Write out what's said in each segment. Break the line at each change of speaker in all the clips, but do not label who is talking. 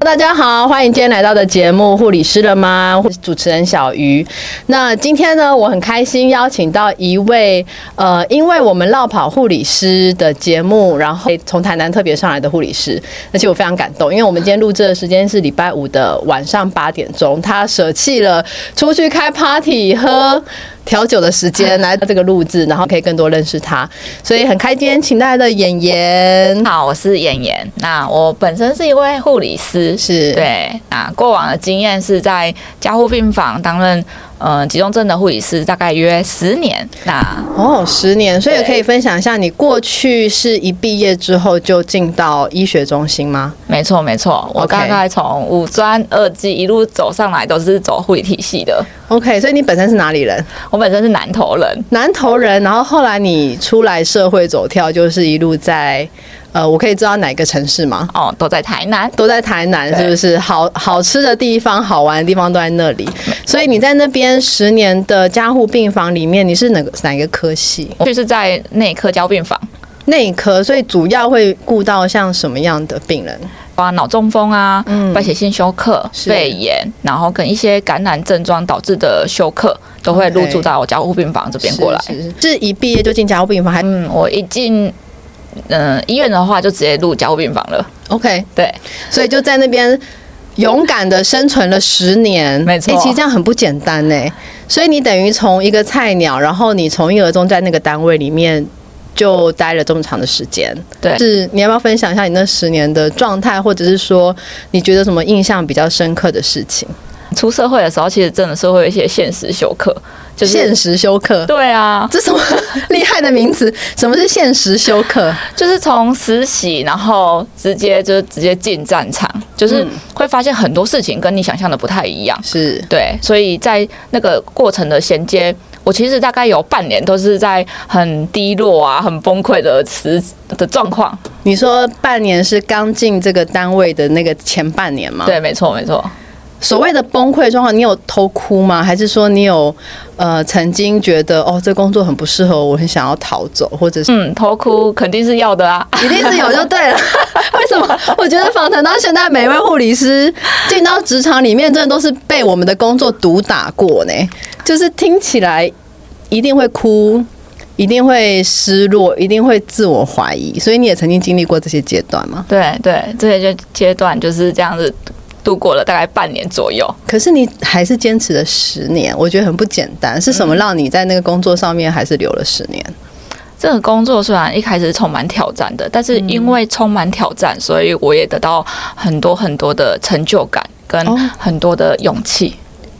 大家好，欢迎今天来到的节目《护理师了吗》，我是主持人小鱼。那今天呢，我很开心邀请到一位呃，因为我们绕跑护理师的节目，然后从台南特别上来的护理师，而且我非常感动，因为我们今天录制的时间是礼拜五的晚上八点钟，他舍弃了出去开 party 喝。调酒的时间来到这个录制，然后可以更多认识他，所以很开心今天请到来的演员
好，我是妍妍。那我本身是一位护理师，
是
对。那过往的经验是在加护病房担任呃急重症的护理师，大概约十年。那
哦，十年，所以
对
可以分享一下，你过去是一毕业之后就进到医学中心吗？
没错没错，我
OK
大概从五专二技一路走上来，都是走护理体系的。
OK，所以你本身是哪里人？
我本身是南投人，
南投人，然后后来你出来社会走跳，就是一路在，呃，我可以知道哪个城市吗？
哦，都在台南。
都在台南，是不是？好好吃的地方、好玩的地方都在那里，所以你在那边十年的加护病房里面，你是哪个哪个科系？
我就是在内科交病房，
内科，所以主要会顾到像什么样的病人？
啊，脑中风啊，败血性休克、
嗯是
肺炎，然后跟一些感染症状导致的休克，都会入住
OK
到我加护病房这边过来。
是是是一毕业就进加护病房，还
嗯，我一进嗯、呃医院的话，就直接入加护病房了。
OK，
对，
所以就在那边勇敢的生存了十年，
没错
欸其实这样很不简单呢、所以你等于从一个菜鸟，然后你从一而终在那个单位里面就待了这么长的时间。
对
是你要不要分享一下你那十年的状态，或者是说你觉得什么印象比较深刻的事情？
出社会的时候，其实真的是会有一些现实休克，就是
限时休 克。
对啊，
这什么厉害的名词？什么是限时休克？
就是从实习，然后直接就直接进战场，就是会发现很多事情跟你想象的不太一样。
是
对，所以在那个过程的衔接，我其实大概有半年都是在很低落啊、很崩溃的时的状况。
你说半年是刚进这个单位的那个前半年吗？
对，没错，没错。
所谓的崩溃状况，你有偷哭吗？还是说你有呃曾经觉得哦，这工作很不适合我，我很想要逃走，或者是、
嗯，头哭肯定是要的啊。
一定是有就对了。 为什么？我觉得访谈到现在，每一位护理师进到职场里面，真的都是被我们的工作毒打过呢。就是听起来一定会哭，一定会失落，一定会自我怀疑。所以你也曾经经历过这些阶段吗？
对对，这些阶阶段就是这样子度过了大概半年左右。
可是你还是坚持了十年，我觉得很不简单。是什么让你在那个工作上面还是留了十年？
这个工作虽然一开始充满挑战的，但是因为充满挑战，所以我也得到很多很多的成就感跟
哦
很多的勇气。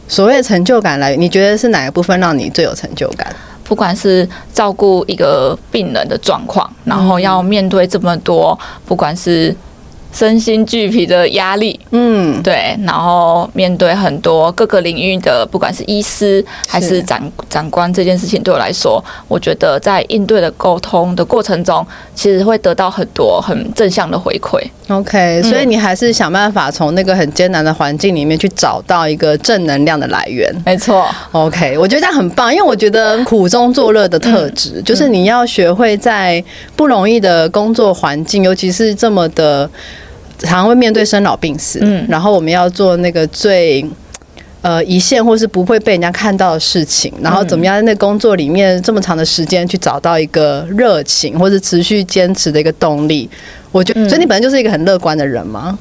所谓的成就感来源，你觉得是哪个部分让你最有成就感？
不管是照顾一个病人的状况，然后要面对这么多，不管是身心俱疲的压力，
嗯，
对，然后面对很多各个领域的，不管是医师还是长长官这件事情，对我来说，我觉得在应对的沟通的过程中，其实会得到很多很正向的回馈。
嗯 OK，所以你还是想办法从那个很艰难的环境里面去找到一个正能量的来源。
没错，
OK，我觉得这样很棒，因为我觉得苦中作乐的特质，就是你要学会在不容易的工作环境，尤其是这么的，常常会面对生老病死，
嗯
然后我们要做那个最。呃，一线或是不会被人家看到的事情，然后怎么样在那工作里面这么长的时间去找到一个热情或是持续坚持的一个动力，我觉得，所以你本来就是一个很乐观的人嘛，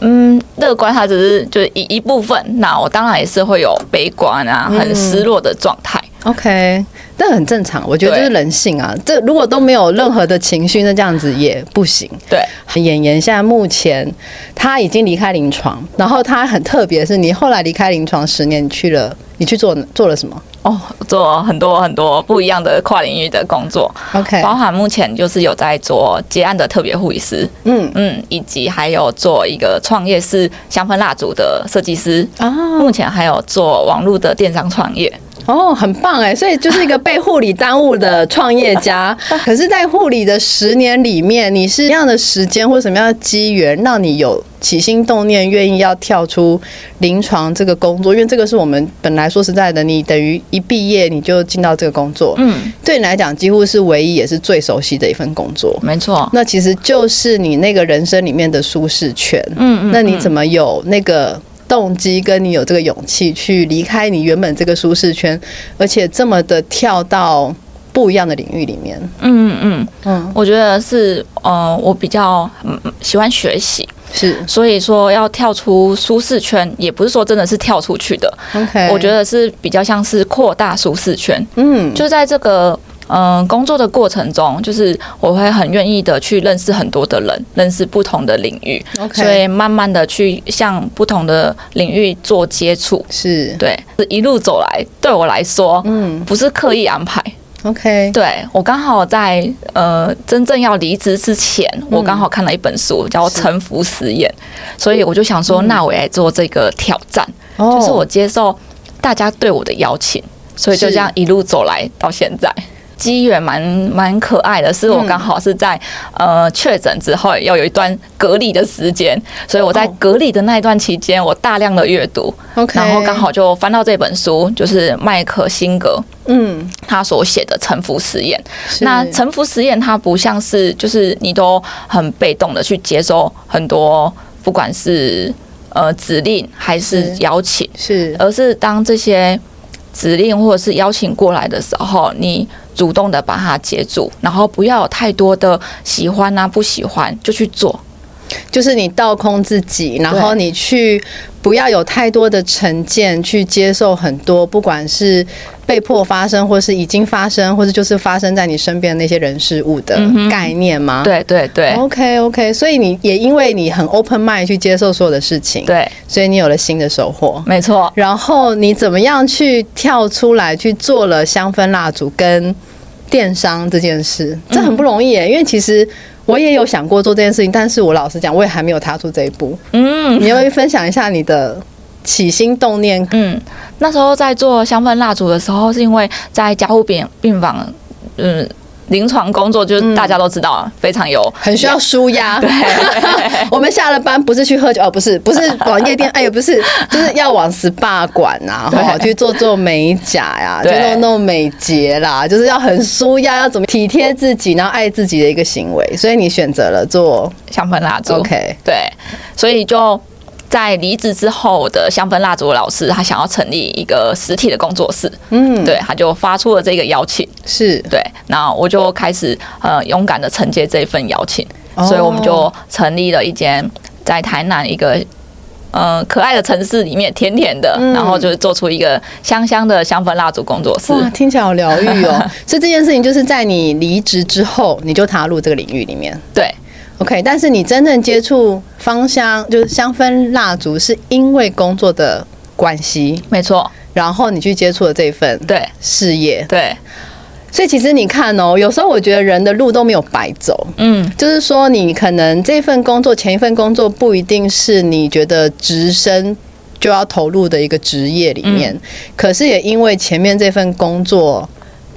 嗯，乐观它只是就是一一部分，那我当然也是会有悲观啊，很失落的状态。
OK，但很正常，我觉得这
对
是人性啊。这如果都没有任何的情绪，那这样子也不行。
对，
演员现在目前他已经离开临床，然后他很特别，是你后来离开临床十年，你去了，你去做做了什么
哦，做很多很多不一样的跨领域的工作，
？OK，
包含目前就是有在做接案的特别护理师，
嗯
嗯，以及还有做一个创业是香氛蜡烛的设计师，
啊
目前还有做网络的电商创业。
哦，很棒哎！所以就是一个被护理耽误的创业家。可是，在护理的十年里面，你是什么样的时间或什么样的机缘，让你有起心动念，愿意要跳出临床这个工作？因为这个是我们本来说实在的，你等于一毕业你就进到这个工作，
嗯，
对你来讲几乎是唯一也是最熟悉的一份工作。
没错。
那其实就是你那个人生里面的舒适圈。
嗯嗯，
那你怎么有那个动机，跟你有这个勇气去离开你原本这个舒适圈，而且这么的跳到不一样的领域里面？
嗯嗯，
嗯，
我觉得是，呃，我比较嗯喜欢学习，
是
所以说要跳出舒适圈，也不是说真的是跳出去的，
OK。
我觉，得是比较像是扩大舒适圈，
哎嗯，
就在这个。嗯，工作的过程中，就是我会很愿意的去认识很多的人，认识不同的领域
OK
所以慢慢的去向不同的领域做接触。
是
对，一路走来，对我来说，嗯，不是刻意安排，
OK。
对我刚好在呃真正要离职之前，我刚好看了一本书叫《沉浮实验》，所以我就想说，那我来做这个挑战，
哦
就是我接受大家对我的邀请，所以就这样一路走来到现在。机缘蛮蛮可爱的，是我
嗯
刚好是在、呃确诊之后要有一段隔离的时间，所以我在
哦
隔离的那一段期间，我大量的阅读
OK。
然后刚，好就翻到这本书，就是麦克辛格
嗯，
他所写的《沉浮实验》。
是
那沉浮实验它不像是就是你都很被动的去接受很多，不管是呃指令还是
是
邀请，
是
而是当这些指令或者是邀请过来的时候，你主动的把它接住，然后不要有太多的喜欢啊不喜欢就去做。
就是你倒空自己，然后你去不要有太多的成见，去接受很多，不管是被迫发生，或是已经发生，或是就是发生在你身边的那些人事物的概念吗？
嗯对对对
OK OK，所以你也因为你很 open mind 去接受所有的事情，，
对，
所以你有了新的收获。
没错。
然后你怎么样去跳出来去做了香氛蜡烛跟电商这件事？这很不容易
嗯
耶，因为其实我也有想过做这件事情，但是我老实讲，我也还没有踏出这一步。
嗯
你要不要分享一下你的起心动念？
嗯，那时候在做香氛蜡烛的时候，是因为在加护病病房，嗯。临床工作就是大家都知道，非常有
很需要舒 压。对， 我们下了班不是去喝酒，哦，不是，不是往夜店，哎，也不是，就是要往 SPA 馆呐、啊，
对
哈，去做做美甲呀、就
对
弄弄美睫啦，就是要很舒压，要怎么体贴自己，然后爱自己的一个行为。所以你选择了做
香氛蜡烛。
OK，
对，所以就在离职之后，我的香氛蜡烛老师他想要成立一个实体的工作室，
嗯，
对，他就发出了这个邀请，
是
对，那我就开始呃勇敢的承接这一份邀请，
哦
所以我们就成立了一间在台南一个。嗯，可爱的城市里面，甜甜的，
嗯
然后就是做出一个香香的香氛蜡烛工作室。
哇，听起来好疗愈 哦。所以这件事情就是在你离职之后，你就踏入这个领域里面。
对，
OK，但是你真正接触芳香，就是香氛蜡烛，是因为工作的关系。
没错，
然后你去接触了这份
对
事业，
对，
所以其实你看哦，有时候我觉得人的路都没有白走，
嗯，
就是说你可能这份工作前一份工作不一定是你觉得直升就要投入的一个职业里面，
嗯
可是也因为前面这份工作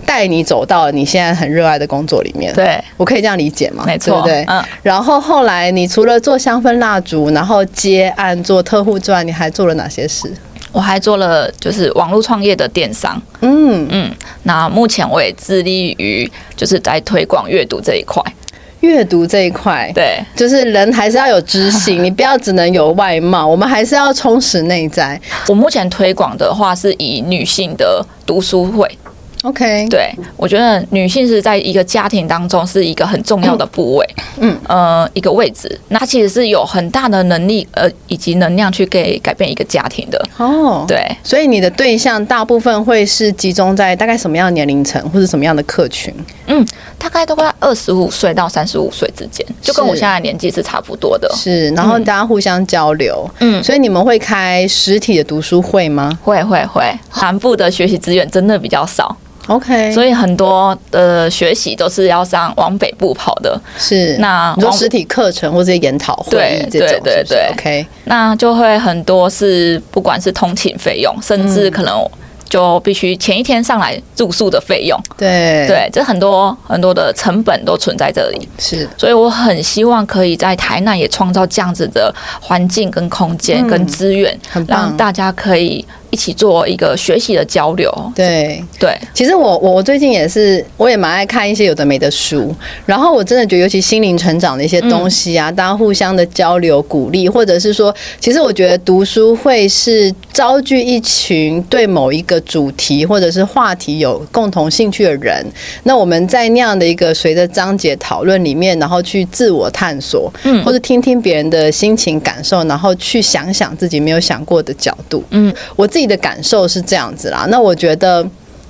带你走到了你现在很热爱的工作里面，
对，
我可以这样理解吗？
没错，
哦对不对？
嗯，
然后后来，你除了做香氛蜡烛，然后接案做特护之外，你还做了哪些事？
我还做了就是网络创业的电商，
嗯，
嗯，那目前我也致力于就是在推广阅读这一块，
阅读这一块，
对，
就是人还是要有知性，你不要只能有外貌，我们还是要充实内在。
我目前推广的话是以女性的读书会，
OK，
对我觉得女性是在一个家庭当中是一个很重要的部位，
嗯，
呃，一个位置，那其实是有很大的能力呃以及能量去给改变一个家庭的，
哦，，
对，
所以你的对象大部分会是集中在大概什么样的年龄层，或者什么样的客群？
大概都在二十五岁到三十五岁之间，就跟我现在的年纪是差不多的，
是，然后大家互相交流。
嗯。
所以你们会开实体的读书会吗
会会会，南部的学习资源真的比较少，
？OK，
所
以
以很多的学习都是要上往北部跑的，
是
那
你说
往
实体课程或者研讨会议这种是不
对
是，
对对对
OK，嗯
那就会很多是不管是通勤费用，甚至可能就必须前一天上来住宿的费用，
对
对，这很多很多的成本都存在这里。
是
所以我很希望可以在台南也创造这样子的环境、跟空间、
嗯
跟资源，
很棒
让，大家可以一起做一个学习的交流。
对。
对，
其实我我我最近也是，我也蛮爱看一些有的没的书，然后我真的觉得，尤其心灵成长的一些东西啊，大家互相的交流、鼓励，或者是说，其实我觉得读书会是招聚一群对某一个主题或者是话题有共同兴趣的人，那我们在那样的一个随着章节讨论里面，然后去自我探索，嗯，或者听听别人的心情感受，然后去想想自己没有想过的角度，
嗯，
我自己的感受是这样子啦。那我觉得。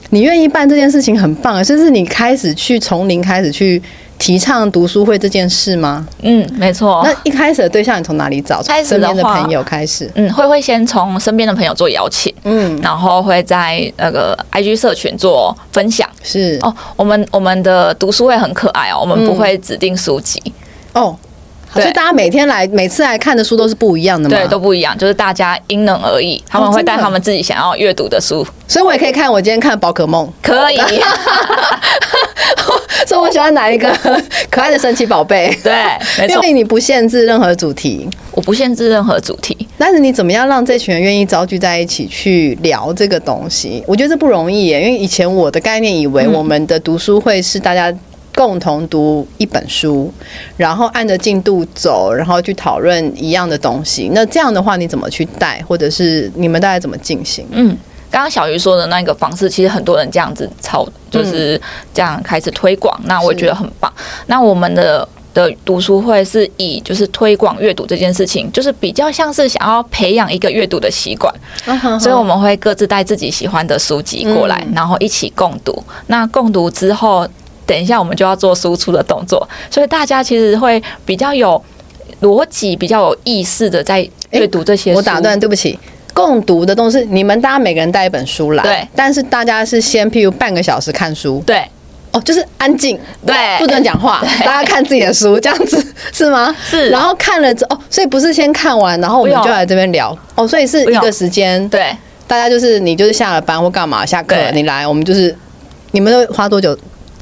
你愿意办这件事情很棒，甚至你开始去从零开始去提倡读书会这件事吗？
嗯，没错。
那一开始的对象你从哪里找？从
开始
身
的
边的
话
朋友开始。
嗯，会会先从身边的朋友做邀请，
嗯，
然后会在那个 IG 社群做分享。
是
哦，我们我们的读书会很可爱哦，我们不会指定书籍，
哦，所
对
以大家每天来每次来看的书都是不一样的嘛。
对，都不一样，就是大家因人而异，他们会带
哦真的
他们自己想要阅读的书，
所以我也可以看我今天看宝可梦，
可以，
所以我喜欢哪一个 可爱的神奇宝贝？
对，没
因
错，
为你不限制任何主题，
我不限制任何主题，
但是你怎么样让这群人愿意招聚在一起去聊这个东西？我觉得这不容易耶，因为以前我的概念以为我们的读书会是大家。共同读一本书，然后按着进度走，然后去讨论一样的东西。那这样的话，你怎么去带，或者是你们大概怎么进行？
嗯。刚刚小鱼说的那个方式，其实很多人这样子操，就是这样开始推广，那
嗯
我
是
觉得很棒。那我们的的读书会是以就是推广阅读这件事情，就是比较像是想要培养一个阅读的习惯，
嗯
所以我们会各自带自己喜欢的书籍过
嗯
来，然后一起共读。那共读之后，等一下我们就要做输出的动作，所以大家其实会比较有逻辑、比较有意识的在阅读这些书。
我打断，对不起。共读的东西，你们大家每个人带一本书来，
对
但是大家是先譬如半个小时看书，
对
哦，就是安静，
对
不准讲话，大家看自己的书，这样子是吗？
是
然后看了之哦，所以不是先看完，然后我们
不用
就来这边聊，哦，所以是
不
一
用
个时间，
对，
大家就是你就是下了班或干嘛，下课
对
你来，我们就是你们都花多久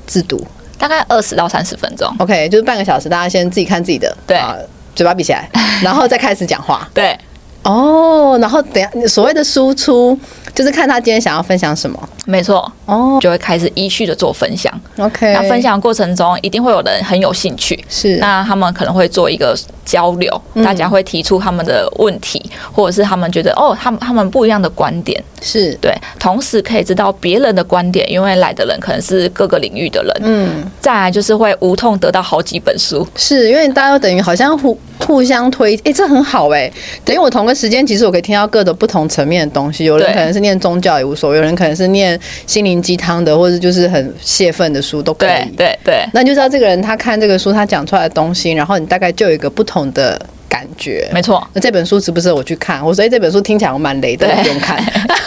自读
大概二十到三十分钟。
？OK，就是半个小时，大家先自己看自己的，
对
啊嘴巴闭起来，然后再开始讲话。
对
哦，然后等一下所谓的输出，就是看他今天想要分享什么。
没错，
哦
就会开始依序的做分享。
，OK，
那分享的过程中，一定会有人很有兴趣，
是
那他们可能会做一个交流，大家会提出他们的问题，或者是他们觉得哦，他们他们不一样的观点，
是，
对，同时可以知道别人的观点，因为来的人可能是各个领域的人，
嗯，
再来就是会无痛得到好几本书，
是因为大家都等于好像互互相推，诶，这很好诶，等于我同个时间，其实我可以听到各种不同层面的东西。有人
对
可能是念宗教也无所谓，有人可能是念心灵鸡汤的，或者就是很泄愤的书都可
对
以。
对对
那你就知道这个人他看这个书，他讲出来的东西，然后你大概就有一个不同的感觉。
没错，
那这本书值不值得我去看？我说，哎、这本书听起来我蛮雷的，
对
我不用看。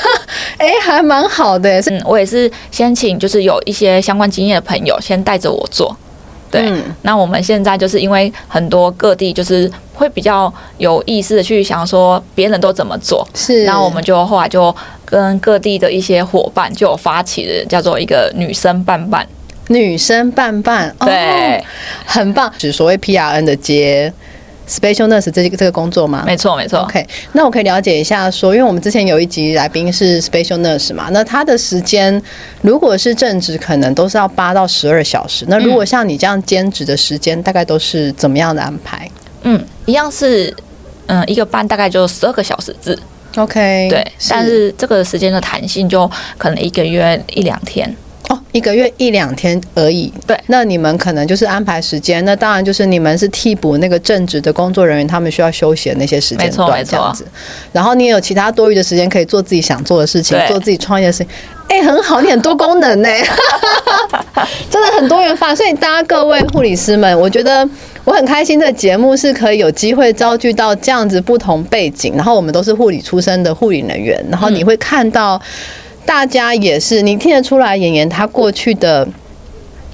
哎、还蛮好的、是
嗯，我也是先请就是有一些相关经验的朋友先带着我做。对，
嗯
那我们现在就是因为很多各地就是会比较有意识的去想说别人都怎么做，
是，
然后我们就后来就跟各地的一些伙伴就有发起的叫做一个女生伴伴，
女生伴伴，哦
对，
很棒。指所谓 PRN 的接 special nurse 这个这个工作吗？
没错没错，
OK，那我可以了解一下说，因为我们之前有一集来宾是 special nurse 嘛，那他的时间如果是正职，可能都是要八到十二小时。那如果像你这样兼职的时间，大概都是怎么样的安排
嗯，一样是嗯一个班大概就十二个小时制，
？OK，
嗯对，但是这个时间的弹性就可能一个月一两天，
哦，一个月一两天而已。
对
那你们可能就是安排时间，那当然就是你们是替补那个正职的工作人员，他们需要休息的那些时间
没错
段
没
这
错
样子。然后你也有其他多余的时间可以做自己想做的事情，
对
做自己创业的事情。哎、很好，你很多功能呢、真的很多元化。所以大家各位护理师们，我觉得我很开心，这个节目是可以有机会招聚到这样子不同背景，然后我们都是护理出身的护理人员，然后你会看到大家也是，你听得出来，演员他过去的。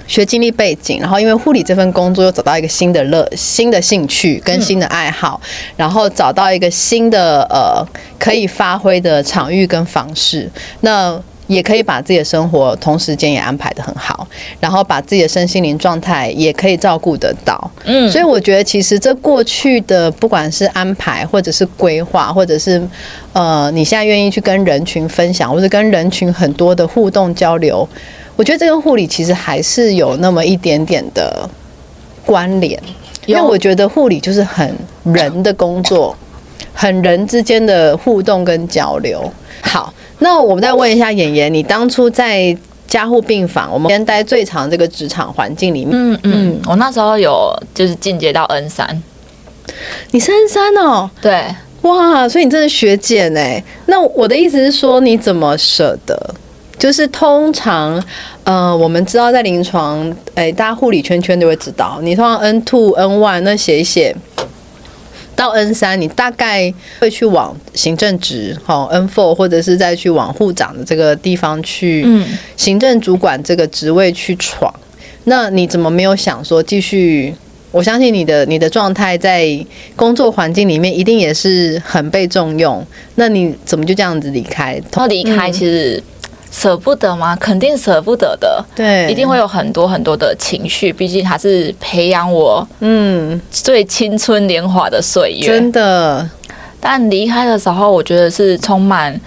学经历背景，然后因为护理这份工作又找到一个新的乐、新的兴趣跟新的爱好，然后找到一个新的呃可以发挥的场域跟方式，那也可以把自己的生活同时间也安排的很好，然后把自己的身心灵状态也可以照顾得到。
嗯
所以我觉得其实这过去的不管是安排，或者是规划，或者是呃，你现在愿意去跟人群分享，或者跟人群很多的互动交流，我觉得这跟护理其实还是有那么一点点的关联，因为
有
我觉得护理就是很人的工作，很人之间的互动跟交流。好，那我们再问一下演员，你当初在加护病房，我们先待最长这个职场环境里面，
嗯嗯，我那时候有就是进阶到 N 三，
你是 N 三哦，
对，
哇，所以你真的学姐呢？那我的意思是说，你怎么舍得？就是通常，呃，我们知道在临床，哎、大家护理圈圈都会知道，你通常 N two、N one 那写一写，到 N 三，你大概会去往行政职，哦 N four 或者是再去往护长的这个地方去，
嗯，
行政主管这个职位去闯。那你怎么没有想说继续？我相信你的你的状态在工作环境里面一定也是很被重用。那你怎么就这样子离开？
然后离开
嗯
其实舍不得吗？肯定舍不得的，
对，
一定会有很多很多的情绪，毕竟它是培养我
嗯，
最青春年华的岁月。
真的
但离开的时候，我觉得是充满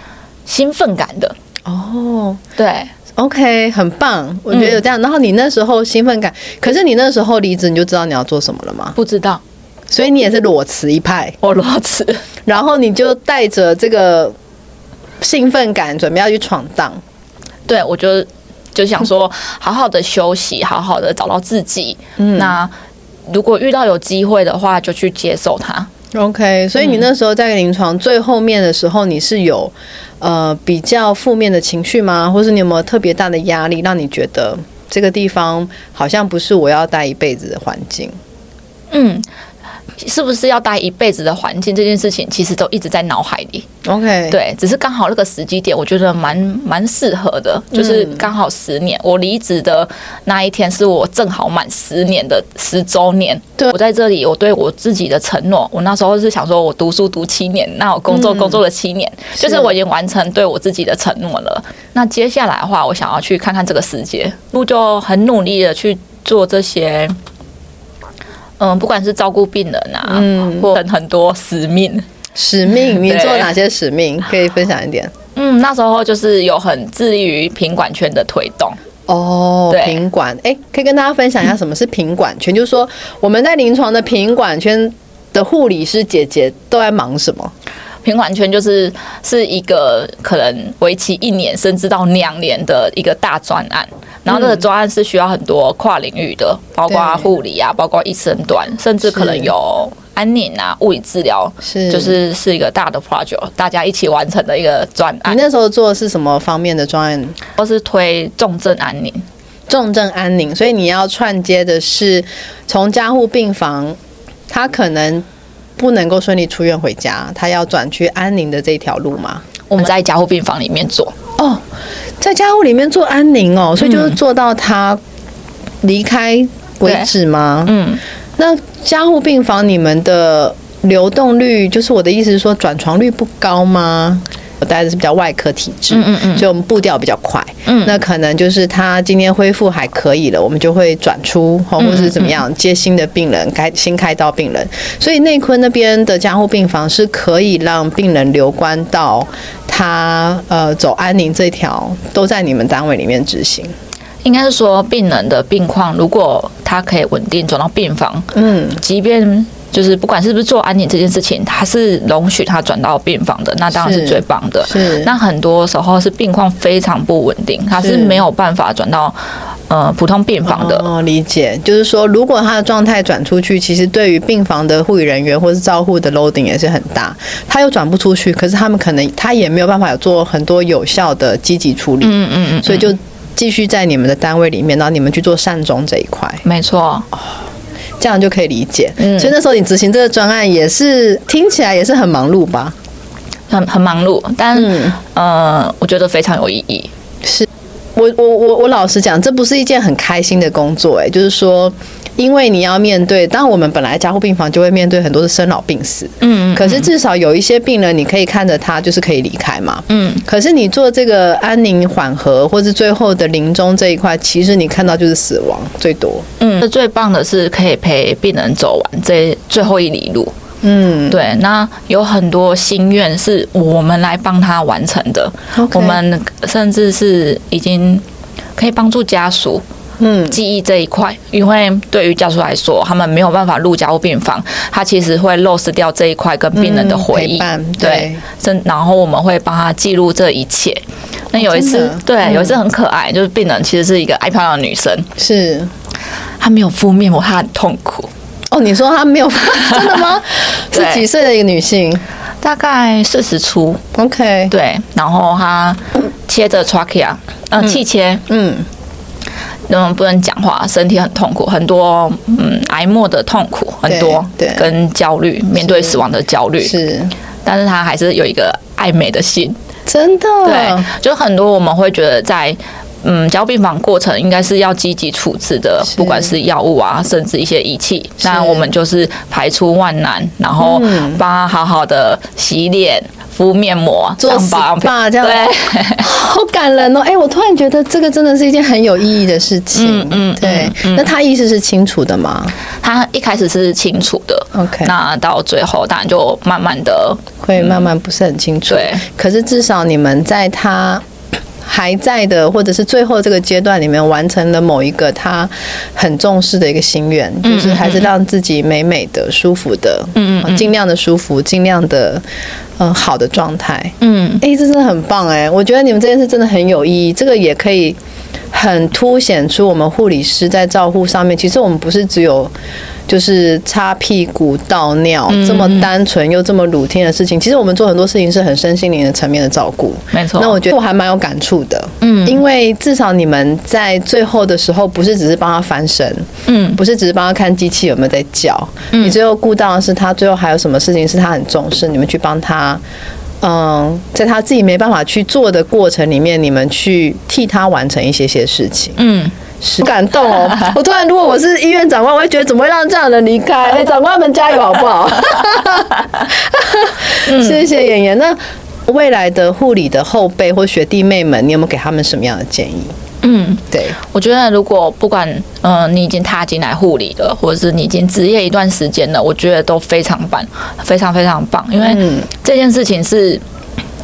兴奋感的，
哦。
对，
OK，很棒，我觉得有这样。然后你那时候兴奋感，可是你那时候离职你就知道你要做什么了嘛，
不知道
所以你也是裸辞一派。
我裸辞，
然后你就带着这个兴奋感，准备要去闯荡。
对我就就想说， 好好的休息，好好的找到自己。
嗯
那如果遇到有机会的话，就去接受它。
OK，所以
嗯
你那时候在临床最后面的时候，你是有呃比较负面的情绪吗？或是你有没有特别大的压力，让你觉得这个地方好像不是我要待一辈子的环境？
嗯，是不是要待一辈子的环境这件事情，其实都一直在脑海里。
OK，，
对，只是刚好那个时机点，我觉得蛮蛮适合的，就是刚好十年。我离职的那一天，是我正好满十年的十周年。
对
我在这里，我对我自己的承诺，我那时候是想说，我读书读七年，那我工作工作了七年，就是我已经完成对我自己的承诺了。那接下来的话，我想要去看看这个世界，路就很努力的去做这些。嗯，不管是照顾病人啊，或很多使命，
使命，你
对
做哪些使命？可以分享一 点。
嗯，那时候就是有很致力于品管圈的推动。
哦，
对
品管，哎、可以跟大家分享一下什么是品 管圈，就是说我们在临床的品管圈的护理师姐姐都在忙什么？
品管圈就是是一个可能为期一年甚至到两年的一个大专案，然后这个专案是需要很多跨领域的，包括
对
护理啊，包括医生端，甚至可能
是
有安宁啊、物理治疗，
是
就是是一个大的 project，大家一起完成的一个专
你
案，
那时候做的是什么方面的专案？
或是推重症安宁。
重症安宁，所以你要串接的是从加护病房，他可能不能够顺利出院回家，他要转去安宁的这条路嘛。
我们在加护病房里面做，
哦，在加护里面做安宁哦，所以就是做到他离开为止吗？
嗯，
那加护病房你们的流动率，就是我的意思是说转床率不高吗？我待的是比较外科体质，
嗯嗯嗯
所以我们步调比较快。
嗯
那可能就是他今天恢复还可以了，我们就会转出，哦或
嗯
是怎么样接新的病人，开新开刀病人。所以内坤那边的加护病房是可以让病人留观到他呃走安宁这条，都在你们单位里面执行。
应该是说病人的病况，如果他可以稳定转到病房，
嗯，
即便就是不管是不是做安宁这件事情，他是容许他转到病房的，那当然
是
是最棒的。
是
那很多时候是病况非常不稳定，他
是
是没有办法转到呃普通病房的。
哦，理解，就是说，如果他的状态转出去，其实对于病房的护理人员或是照护的 loading 也是很大。他又转不出去，可是他们可能他也没有办法有做很多有效的积极处理，
嗯嗯嗯，
所以就继续在你们的单位里面，然后你们去做善终这一块，
没错，
这样就可以理解。
嗯
所以那时候你执行这个专案也是听起来也是很忙碌吧？
很很忙碌，但、
嗯
呃，我觉得非常有意义。
是。我我我我老实讲，这不是一件很开心的工作、哎，就是说，因为你要面对，当然我们本来加护病房就会面对很多的生老病死，
嗯，
可是至少有一些病人，你可以看着他就是可以离开嘛，
嗯，
可是你做这个安宁缓和或是最后的临终这一块，其实你看到就是死亡最多，
嗯，那最棒的是可以陪病人走完这最后一里路。
嗯，
对，那有很多心愿是我们来帮他完成的
OK
我们甚至是已经可以帮助家属。
嗯，
记忆这一块，因为对于家属来说，他们没有办法入家务病房，他其实会 lost 掉这一块跟病人的回忆。
嗯陪伴对
对，真然后我们会帮他记录这一切。那有一
哦
次，
真的嗯
对，有一次很可爱，就是病人其实是一个爱漂亮的女生，
是。
她没有敷面膜，她很痛苦，
哦，你说她没 有真的吗？是
对
几岁的一个女性
大概四十出，
？OK，
对，然后她切着 trachea，呃，气切，
嗯
嗯，不能讲话，身体很痛苦，很多嗯癌末的痛苦很多，
对对
跟焦虑，面对死亡的焦虑，
是
但是他还是有一个爱美的心，
真的，
对，就很多我们会觉得在。嗯，交病房过程应该是要积极处置的，
是
不管是药物啊，甚至一些仪器。
是嗯
那我们就是排除万难，然后帮他好好的洗脸、敷面膜、
做
上保
SPA 这样
对，
好感人哦！哎、我突然觉得这个真的是一件很有意义的事情。
嗯嗯
对。那他意识是清楚的吗
他一开始是清楚的
OK
那到最后当然就慢慢的，
会慢慢不是很清楚。
对。
可是至少你们在他还在的，或者是最后这个阶段里面，完成了某一个他很重视的一个心愿，就是还是让自己美美的、舒服的，嗯尽量的舒服，尽量的。嗯，好的状态，
嗯，
哎、这真的很棒哎、我觉得你们这件事真的很有意义，这个也可以很凸显出我们护理师在照护上面，其实我们不是只有就是擦屁股、倒尿、这么单纯又这么 routine 的事情，其实我们做很多事情是很身心灵的层面的照顾。
没错。
那我觉得我还蛮有感触的，嗯，因为至少你们在最后的时候，不是只是帮他翻身，
嗯
不是只是帮他看机器有没有在叫，你最后顾到的是他最后还有什么事情是他很重视，你们去帮他。嗯，在他自己没办法去做的过程里面，你们去替他完成一些些事情，
嗯，
是感动哦！ 我突然，如果我是医院长官，我会觉得怎么会让这样的人离开？哎、长官们加油好不好？
嗯
谢谢演员。那未来的护理的后辈或学弟妹们，你有没有给他们什么样的建议？
嗯，
对，
我觉得如果不管嗯、呃你已经踏进来护理了，或者是你已经职业一段时间了，我觉得都非常棒，非常非常棒，因为
嗯，
这件事情是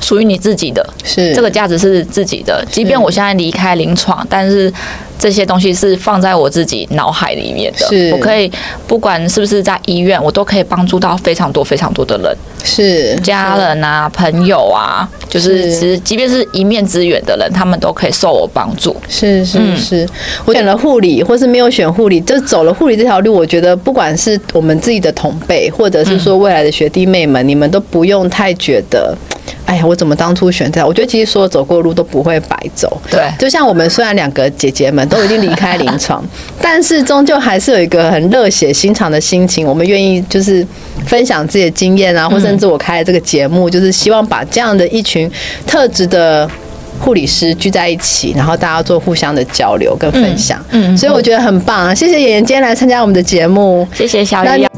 属于你自己的，
是
这个价值是自己的。即便我现在离开临床，但是这些东西是放在我自己脑海里面
是
的，我可以不管是不是在医院，我都可以帮助到非常多非常多的人。
是
家人啊、朋友啊，就是
是
其实即便是一面之缘的人，他们都可以受我帮助。
是是是，我选了护理，或是没有选护理，就走了护理这条路。我觉得，不管是我们自己的同辈，或者是说未来的学弟妹们，你们都不用太觉得，哎呀，我怎么当初选这条？我觉得其实所有走过的路都不会白走。
对
就像我们虽然两个姐姐们都已经离开临床， 但是终究还是有一个很热血心肠的心情，我们愿意就是分享自己的经验
嗯
啊，或甚至我开的这个节目，就是希望把这样的一群特质的。护理师聚在一起，然后大家做互相的交流跟分享，
嗯嗯
所以我觉得很棒啊！谢谢妍妍今天来参加我们的节目，
谢谢小
那
鱼
你
邀